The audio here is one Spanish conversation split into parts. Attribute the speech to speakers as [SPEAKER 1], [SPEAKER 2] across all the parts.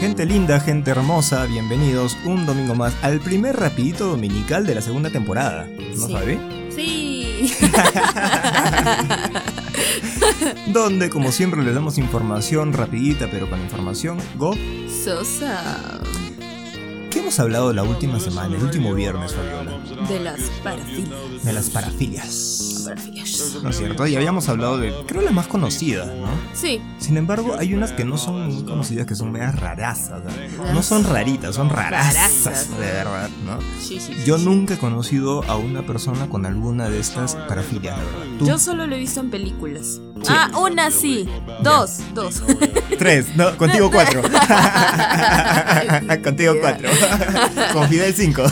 [SPEAKER 1] Gente linda, gente hermosa, bienvenidos un domingo más al primer rapidito dominical de la segunda temporada. ¿No
[SPEAKER 2] Sí.
[SPEAKER 1] sabe?
[SPEAKER 2] Sí.
[SPEAKER 1] Donde como siempre les damos información rapidita, pero con información go.
[SPEAKER 2] Sosa.
[SPEAKER 1] ¿Qué hemos hablado la última semana, el último viernes, Fabiola?
[SPEAKER 2] De las parafilias.
[SPEAKER 1] De las parafilias.
[SPEAKER 2] Parafilias.
[SPEAKER 1] ¿No es cierto? Y habíamos hablado de, creo, la más conocida, ¿no?
[SPEAKER 2] Sí.
[SPEAKER 1] Sin embargo, hay unas que no son muy conocidas, que son medias rarazas. ¿no? No son raritas, son rarazas,
[SPEAKER 2] Rarazas.
[SPEAKER 1] de verdad, ¿no?
[SPEAKER 2] Sí, sí.
[SPEAKER 1] Yo
[SPEAKER 2] sí.
[SPEAKER 1] nunca he conocido a una persona con alguna de estas parafilias, la verdad. Tú,
[SPEAKER 2] Yo solo lo he visto en películas. Ah, una sí. Dos, dos.
[SPEAKER 1] tres, no, contigo cuatro. contigo cuatro. Con Fidel cinco.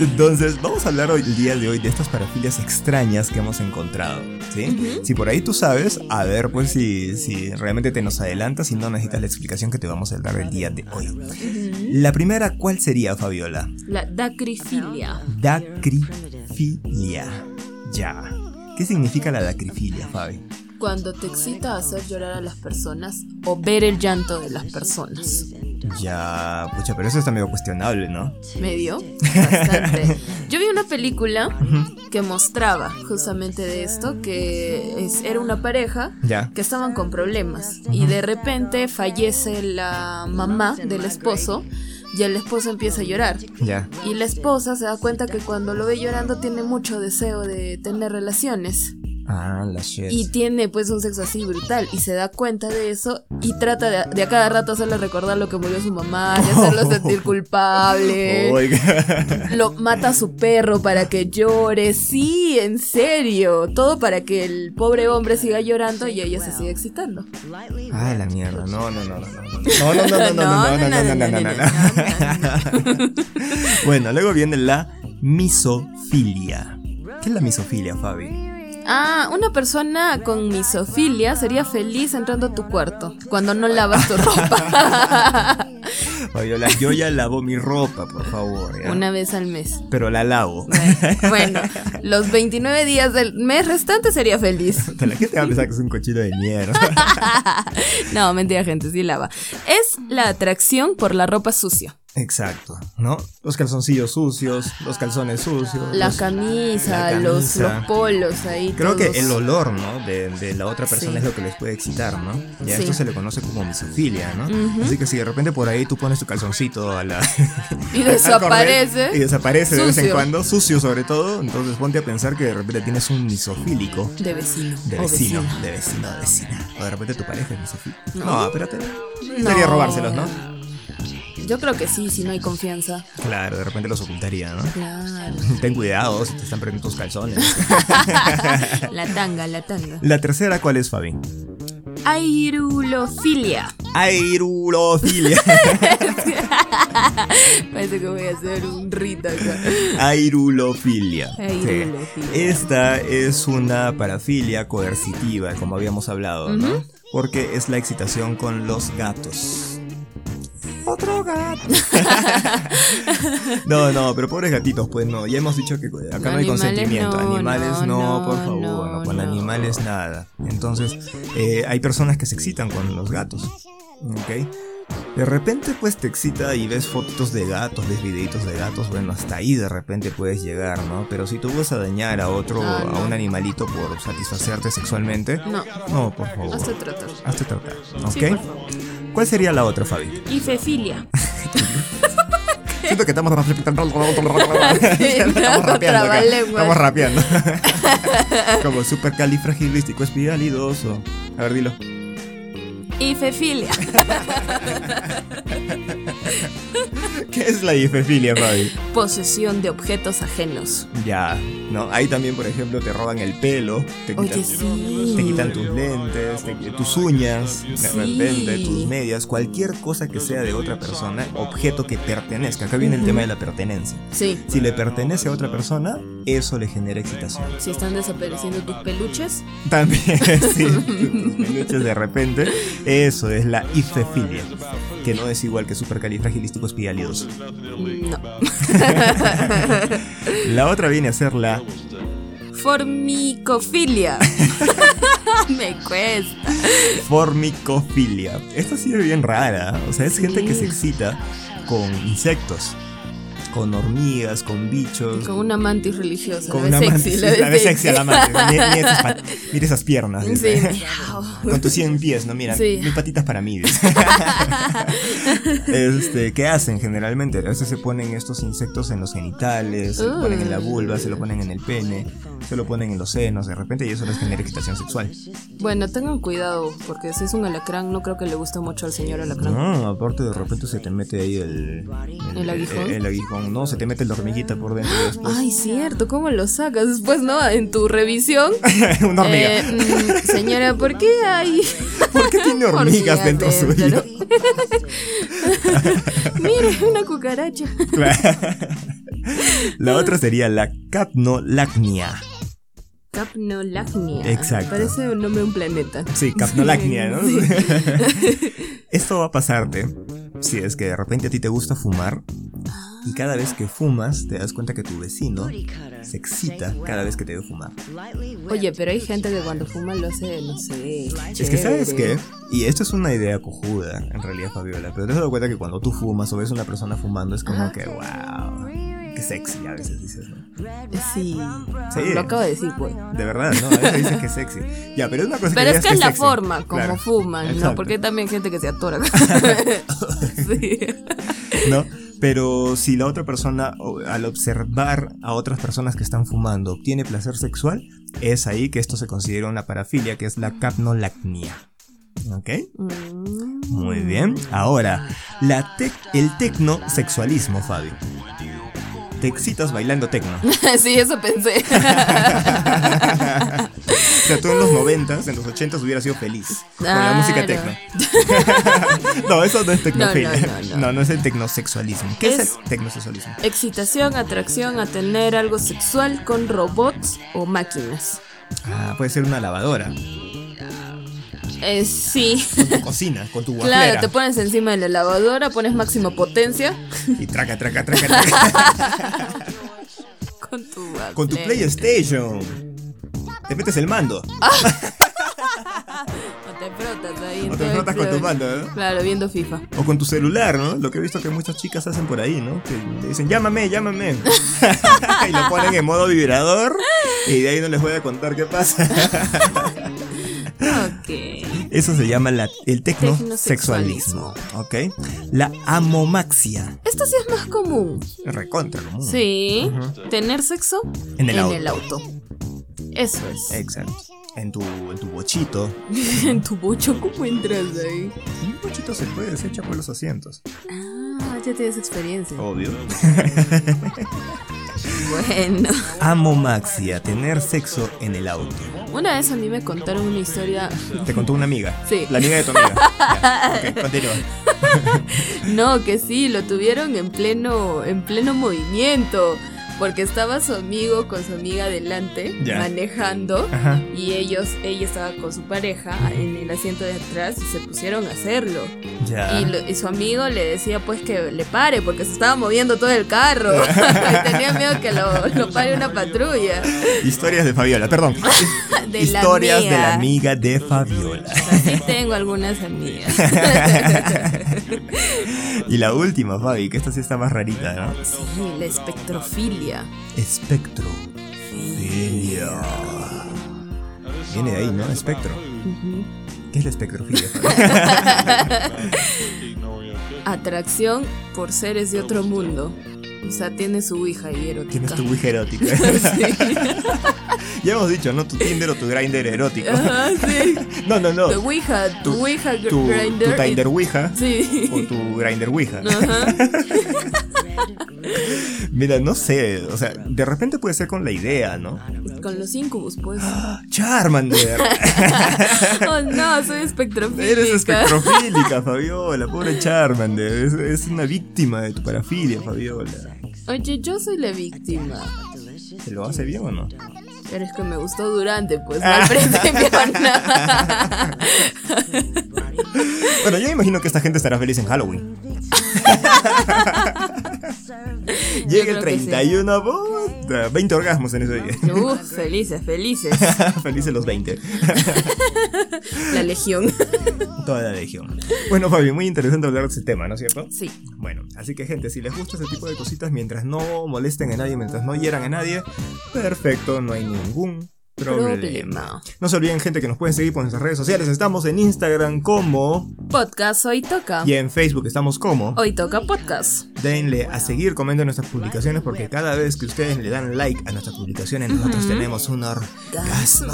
[SPEAKER 1] Entonces, vamos a hablar hoy, el día de hoy, de estas parafilias extrañas que hemos encontrado, ¿sí?
[SPEAKER 2] Ujú.
[SPEAKER 1] Si por ahí tú sabes, a ver pues si, si realmente te nos adelantas y no necesitas la explicación que te vamos a dar el día de hoy. La primera, ¿cuál sería, Fabiola?
[SPEAKER 2] La dacrifilia.
[SPEAKER 1] Dacrifilia. Ya. ¿Qué significa la dacrifilia, Fabi?
[SPEAKER 2] Cuando te excita hacer llorar a las personas o ver el llanto de las personas.
[SPEAKER 1] Ya, pucha, pero eso está medio cuestionable, ¿no?
[SPEAKER 2] Medio. Bastante. Yo vi una película que mostraba justamente de esto, que es- era una pareja
[SPEAKER 1] Ya.
[SPEAKER 2] que estaban con problemas y de repente fallece la mamá del esposo y el esposo empieza a llorar.
[SPEAKER 1] Ya.
[SPEAKER 2] Y la esposa se da cuenta que cuando lo ve llorando tiene mucho deseo de tener relaciones
[SPEAKER 1] Ah, la shit.
[SPEAKER 2] y tiene pues un sexo así brutal y se da cuenta de eso y trata de, de a cada rato hacerle recordar lo que murió su mamá, de hacerlo sentir culpable.
[SPEAKER 1] Oiga.
[SPEAKER 2] Lo mata a su perro para que llore. Sí, en serio. Todo para que el pobre hombre siga llorando y ella se siga excitando.
[SPEAKER 1] Ah, la mierda. No, no, no, no. No, no, no, no, no, no, no, no, no, no, no, no, no. Bueno, luego viene la misofilia. ¿Qué es la misofilia, Fabi?
[SPEAKER 2] Ah, una persona con misofilia sería feliz entrando a tu cuarto cuando no lavas tu ropa.
[SPEAKER 1] Fabiola, yo ya lavo mi ropa, por favor. ¿ya?
[SPEAKER 2] una vez al mes.
[SPEAKER 1] Pero la lavo.
[SPEAKER 2] Bueno, los 29 días del mes restante sería feliz.
[SPEAKER 1] La gente va a pensar que es un cochino de mierda.
[SPEAKER 2] No, mentira, gente, sí lava. Es la atracción por la ropa sucia.
[SPEAKER 1] Exacto, ¿no? Los calzoncillos sucios, los calzones sucios.
[SPEAKER 2] La
[SPEAKER 1] los-
[SPEAKER 2] camisa,
[SPEAKER 1] Pues, La
[SPEAKER 2] Los,
[SPEAKER 1] camisa.
[SPEAKER 2] los polos ahí.
[SPEAKER 1] Creo que
[SPEAKER 2] todos.
[SPEAKER 1] el olor, ¿no? De, de la otra persona
[SPEAKER 2] Sí.
[SPEAKER 1] es lo que les puede excitar, ¿no? Y a
[SPEAKER 2] Sí.
[SPEAKER 1] esto se le conoce como misofilia, ¿no? Así que si de repente por ahí tú pones tu calzoncito a la...
[SPEAKER 2] Y
[SPEAKER 1] al
[SPEAKER 2] desaparece.
[SPEAKER 1] cordel y desaparece de vez en
[SPEAKER 2] Sucio.
[SPEAKER 1] cuando, sucio sobre todo, entonces ponte a pensar que de repente tienes un misofílico.
[SPEAKER 2] De vecino.
[SPEAKER 1] De
[SPEAKER 2] o
[SPEAKER 1] vecino,
[SPEAKER 2] vecina.
[SPEAKER 1] de vecino, de vecina. O de repente tu pareja es misofílico. No, espérate.
[SPEAKER 2] No.
[SPEAKER 1] Sería robárselos, ¿no?
[SPEAKER 2] Yo creo que sí, si no hay confianza.
[SPEAKER 1] Claro, de repente los ocultaría, ¿no?
[SPEAKER 2] Claro.
[SPEAKER 1] Ten cuidado si te están perdiendo tus calzones.
[SPEAKER 2] la tanga, la tanga.
[SPEAKER 1] La tercera, ¿cuál es, Fabi?
[SPEAKER 2] Airulofilia.
[SPEAKER 1] Airulofilia.
[SPEAKER 2] Parece que voy a hacer un rito acá.
[SPEAKER 1] Airulofilia. Sí.
[SPEAKER 2] Airulofilia.
[SPEAKER 1] Esta es una parafilia coercitiva, como habíamos hablado, ¿no? Porque es la excitación con los gatos. Otro gato. no, no, pero pobres gatitos, pues no. Ya hemos dicho que acá no hay
[SPEAKER 2] Animales
[SPEAKER 1] consentimiento.
[SPEAKER 2] no,
[SPEAKER 1] animales no,
[SPEAKER 2] no,
[SPEAKER 1] por
[SPEAKER 2] no,
[SPEAKER 1] favor, no, con
[SPEAKER 2] no.
[SPEAKER 1] animales nada. Entonces, eh, hay personas que se excitan con los gatos. ¿Ok? De repente pues te excita y ves fotos de gatos, ves videitos de gatos, bueno, hasta ahí de repente puedes llegar, ¿no? Pero si tú vas a dañar a otro,
[SPEAKER 2] Ah, no.
[SPEAKER 1] a un animalito por satisfacerte sexualmente,
[SPEAKER 2] No,
[SPEAKER 1] no, por favor.
[SPEAKER 2] hasta tratar.
[SPEAKER 1] Hazte tratar, ¿ok?
[SPEAKER 2] Sí, por favor.
[SPEAKER 1] ¿Cuál sería la otra, Fabi?
[SPEAKER 2] Y fefilia.
[SPEAKER 1] Siento que estamos rapeando.
[SPEAKER 2] no,
[SPEAKER 1] estamos rapeando. acá.
[SPEAKER 2] trabalengua.
[SPEAKER 1] Estamos rapeando. Como supercalifragilístico espiralidoso. A ver, dilo.
[SPEAKER 2] Y fefilia.
[SPEAKER 1] ¿Qué es la ifefilia, Fabi?
[SPEAKER 2] Posesión de objetos ajenos.
[SPEAKER 1] Ya, ¿no? Ahí también, por ejemplo, te roban el pelo, te quitan,
[SPEAKER 2] Oye, sí.
[SPEAKER 1] te quitan tus lentes, te qui- tus uñas, de
[SPEAKER 2] Sí.
[SPEAKER 1] repente, tus medias, cualquier cosa que sea de otra persona, objeto que pertenezca. Acá viene el tema de la pertenencia.
[SPEAKER 2] Sí.
[SPEAKER 1] Si le pertenece a otra persona, eso le genera excitación.
[SPEAKER 2] Si están desapareciendo tus peluches,
[SPEAKER 1] También, sí, tus peluches de repente, eso es la ifefilia, que no es igual que supercalifragilístico espialidoso.
[SPEAKER 2] no.
[SPEAKER 1] La otra viene a ser la
[SPEAKER 2] Formicofilia. Me cuesta.
[SPEAKER 1] Formicofilia. Esta sí es bien rara. ¿eh? O sea, es gente que se
[SPEAKER 2] Sí.
[SPEAKER 1] excita con insectos, con hormigas, con bichos.
[SPEAKER 2] Con una mantis religiosa.
[SPEAKER 1] con
[SPEAKER 2] la
[SPEAKER 1] una
[SPEAKER 2] ves
[SPEAKER 1] man- sí,
[SPEAKER 2] sexy, la ves
[SPEAKER 1] la ves sexy a la
[SPEAKER 2] sexy.
[SPEAKER 1] madre. Mira, mira esas, pat- mira esas piernas.
[SPEAKER 2] Sí,
[SPEAKER 1] dice.
[SPEAKER 2] miau.
[SPEAKER 1] Con tus 100 pies, ¿no? Mira,
[SPEAKER 2] Sí.
[SPEAKER 1] mil patitas para mí. dice. este, ¿Qué hacen generalmente? A veces se ponen estos insectos en los genitales, se lo ponen en la vulva, se lo ponen en el pene, se lo ponen en los senos de repente y eso les genera excitación sexual.
[SPEAKER 2] Bueno, tengan cuidado, porque si es un alacrán, no creo que le guste mucho al señor alacrán.
[SPEAKER 1] No, Ah, aparte de repente se te mete ahí el...
[SPEAKER 2] ¿El aguijón?
[SPEAKER 1] El, el aguijón, no, se te mete la hormiguita por dentro y después...
[SPEAKER 2] Ay, cierto, ¿cómo lo sacas? Después, ¿no? En tu revisión.
[SPEAKER 1] Una hormiga.
[SPEAKER 2] Eh, mm, señora, ¿por qué hay
[SPEAKER 1] ¿Por qué tiene hormigas dentro
[SPEAKER 2] hormigas
[SPEAKER 1] suyo?
[SPEAKER 2] ¿no? Mire, una cucaracha.
[SPEAKER 1] La otra sería la capnolacnia.
[SPEAKER 2] Capnolacnia.
[SPEAKER 1] Exacto.
[SPEAKER 2] Parece un nombre de un planeta.
[SPEAKER 1] Sí, capnolacnia, ¿no?
[SPEAKER 2] Sí.
[SPEAKER 1] Esto va a pasarte si es que de repente a ti te gusta fumar y cada vez que fumas te das cuenta que tu vecino se excita cada vez que te ve fumar.
[SPEAKER 2] Oye, pero hay gente que cuando fuma lo hace, no sé.
[SPEAKER 1] Es que sabes
[SPEAKER 2] chévere.
[SPEAKER 1] qué, y esto es una idea cojuda en realidad, Fabiola, pero te has dado cuenta que cuando tú fumas o ves a una persona fumando es como que, wow, qué sexy a veces dices, ¿no?
[SPEAKER 2] Sí.
[SPEAKER 1] Sí.
[SPEAKER 2] Lo acabo de decir, güey.
[SPEAKER 1] De verdad, no, a veces dicen que es sexy. Ya, pero es una cosa
[SPEAKER 2] Pero
[SPEAKER 1] que
[SPEAKER 2] es
[SPEAKER 1] veas
[SPEAKER 2] que es la
[SPEAKER 1] sexy.
[SPEAKER 2] forma como
[SPEAKER 1] Claro.
[SPEAKER 2] fuman,
[SPEAKER 1] Exacto.
[SPEAKER 2] ¿no? Porque también hay gente que se atora. sí.
[SPEAKER 1] ¿no? Pero si la otra persona, o- al observar a otras personas que están fumando, obtiene placer sexual, es ahí que esto se considera una parafilia, que es la capnolacnia. ¿Ok?
[SPEAKER 2] Mm.
[SPEAKER 1] Muy bien. Ahora, la tec el tecnosexualismo, Fabio. Te excitas bailando tecno.
[SPEAKER 2] sí, eso pensé.
[SPEAKER 1] O sea, tú en los 90s, en los 80s hubieras sido feliz con la
[SPEAKER 2] Claro.
[SPEAKER 1] música tecno. no, eso no es tecnofilia. No, no,
[SPEAKER 2] no, no, no.
[SPEAKER 1] es el tecnosexualismo. ¿Qué es,
[SPEAKER 2] Es-
[SPEAKER 1] el tecnosexualismo?
[SPEAKER 2] Excitación, atracción a tener algo sexual con robots o máquinas.
[SPEAKER 1] Ah, puede ser una lavadora.
[SPEAKER 2] Eh, sí.
[SPEAKER 1] con tu cocina, con tu
[SPEAKER 2] Claro,
[SPEAKER 1] guaflera.
[SPEAKER 2] te pones encima de la lavadora, pones máxima potencia
[SPEAKER 1] Y traca, traca, traca, traca.
[SPEAKER 2] con tu
[SPEAKER 1] con tu
[SPEAKER 2] wafle.
[SPEAKER 1] PlayStation. Te metes el mando.
[SPEAKER 2] O te frotas ahí.
[SPEAKER 1] O te
[SPEAKER 2] todo el
[SPEAKER 1] frotas con tu
[SPEAKER 2] club.
[SPEAKER 1] mando, ¿no?
[SPEAKER 2] Claro, viendo FIFA.
[SPEAKER 1] O con tu celular, ¿no? Lo que he visto que muchas chicas hacen por ahí, ¿no? Que te dicen, llámame, llámame. y lo ponen en modo vibrador. Y de ahí no les voy a contar qué pasa.
[SPEAKER 2] Ok.
[SPEAKER 1] Eso se llama la- el tecnosexualismo. ¿Ok?
[SPEAKER 2] Tecnosexualismo.
[SPEAKER 1] La amomaxia.
[SPEAKER 2] Esto sí es más común.
[SPEAKER 1] Recontra común.
[SPEAKER 2] Sí. Tener sexo
[SPEAKER 1] Mm. En el auto. Eh.
[SPEAKER 2] Eso es.
[SPEAKER 1] Exacto. En tu, en tu bochito.
[SPEAKER 2] en tu bocho, ¿cómo entras ahí?
[SPEAKER 1] Un bochito se puede desechar por los asientos.
[SPEAKER 2] Ah, ya tienes experiencia.
[SPEAKER 1] Obvio.
[SPEAKER 2] Bueno.
[SPEAKER 1] Amomaxia, tener sexo en el auto.
[SPEAKER 2] Una vez a mí me contaron una historia.
[SPEAKER 1] Te contó una amiga.
[SPEAKER 2] Sí.
[SPEAKER 1] La amiga de tu amiga. Ya, ok, continúa.
[SPEAKER 2] No, que sí, lo tuvieron en pleno, en pleno movimiento. Porque estaba su amigo con su amiga adelante
[SPEAKER 1] Ya.
[SPEAKER 2] manejando.
[SPEAKER 1] Ajá.
[SPEAKER 2] Y ellos, ella estaba con su pareja en el asiento de atrás y se pusieron a hacerlo.
[SPEAKER 1] Ya.
[SPEAKER 2] Y, lo- y su amigo le decía pues que le pare porque se estaba moviendo todo el carro. Y tenía miedo que lo, lo pare una patrulla.
[SPEAKER 1] Historias de Fabiola, perdón.
[SPEAKER 2] Ah, De la
[SPEAKER 1] Historias de la
[SPEAKER 2] mía.
[SPEAKER 1] amiga de Fabiola.
[SPEAKER 2] Así tengo algunas amigas.
[SPEAKER 1] Y la última, Fabi, que esta sí está más rarita, ¿no?
[SPEAKER 2] Sí, la espectrofilia.
[SPEAKER 1] Espectro. Filia. Viene de ahí, ¿no? Espectro.
[SPEAKER 2] Ujú.
[SPEAKER 1] ¿Qué es la espectrofilia? Fabi?
[SPEAKER 2] Atracción por seres de otro mundo. O sea, tiene su hija y
[SPEAKER 1] Tienes
[SPEAKER 2] erótica.
[SPEAKER 1] tu Ouija erótica. ya hemos dicho, ¿no? Tu Tinder o tu Grinder erótico.
[SPEAKER 2] Ajá, sí.
[SPEAKER 1] No, no, no.
[SPEAKER 2] Ah. Tu Ouija, tu
[SPEAKER 1] Tu-
[SPEAKER 2] Ouija gr-
[SPEAKER 1] Tu, tu
[SPEAKER 2] grinder. y-
[SPEAKER 1] Tinder Ouija. o
[SPEAKER 2] Sí.
[SPEAKER 1] tu grinder Ouija.
[SPEAKER 2] Ajá.
[SPEAKER 1] Mira, no sé, o sea, de repente puede ser con la idea, ¿no?
[SPEAKER 2] Con los incubus, pues.
[SPEAKER 1] Charmander,
[SPEAKER 2] Oh no, soy espectrofílica.
[SPEAKER 1] eres espectrofílica, Fabiola, pobre Charmander, es, es una víctima de tu parafilia, Fabiola.
[SPEAKER 2] Oye, yo soy la víctima.
[SPEAKER 1] ¿Se lo hace bien o no?
[SPEAKER 2] Pero es que me gustó durante, pues, no al principio no.
[SPEAKER 1] Bueno, yo me imagino que esta gente estará feliz en Halloween. Llega el
[SPEAKER 2] creo que sí.
[SPEAKER 1] 31, vos, puta, 20 orgasmos en ese día.
[SPEAKER 2] Uf, felices, felices.
[SPEAKER 1] Felices los 20.
[SPEAKER 2] La legión.
[SPEAKER 1] Toda la legión. Bueno, Fabi, muy interesante hablar de ese tema, ¿no es cierto?
[SPEAKER 2] Sí.
[SPEAKER 1] Bueno, así que gente, si les gusta ese tipo de cositas mientras no molesten a nadie, mientras no hieran a nadie, perfecto, no hay ningún problema.
[SPEAKER 2] Problema.
[SPEAKER 1] No se olviden, gente, que nos pueden seguir por nuestras redes sociales. Estamos en Instagram como
[SPEAKER 2] Podcast Hoy Toca.
[SPEAKER 1] y en Facebook estamos como.
[SPEAKER 2] Hoy Toca Podcast.
[SPEAKER 1] Denle a seguir, comenten nuestras publicaciones porque cada vez que ustedes le dan like a nuestras publicaciones, nosotros tenemos un orgasmo.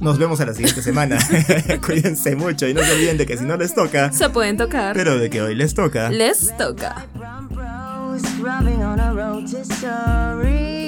[SPEAKER 1] Nos vemos a la siguiente semana. Cuídense mucho y no se olviden de que si no les toca,
[SPEAKER 2] Se pueden tocar.
[SPEAKER 1] pero de que hoy les toca.
[SPEAKER 2] Les toca.
[SPEAKER 3] Brown bros driving on a road to Surrey.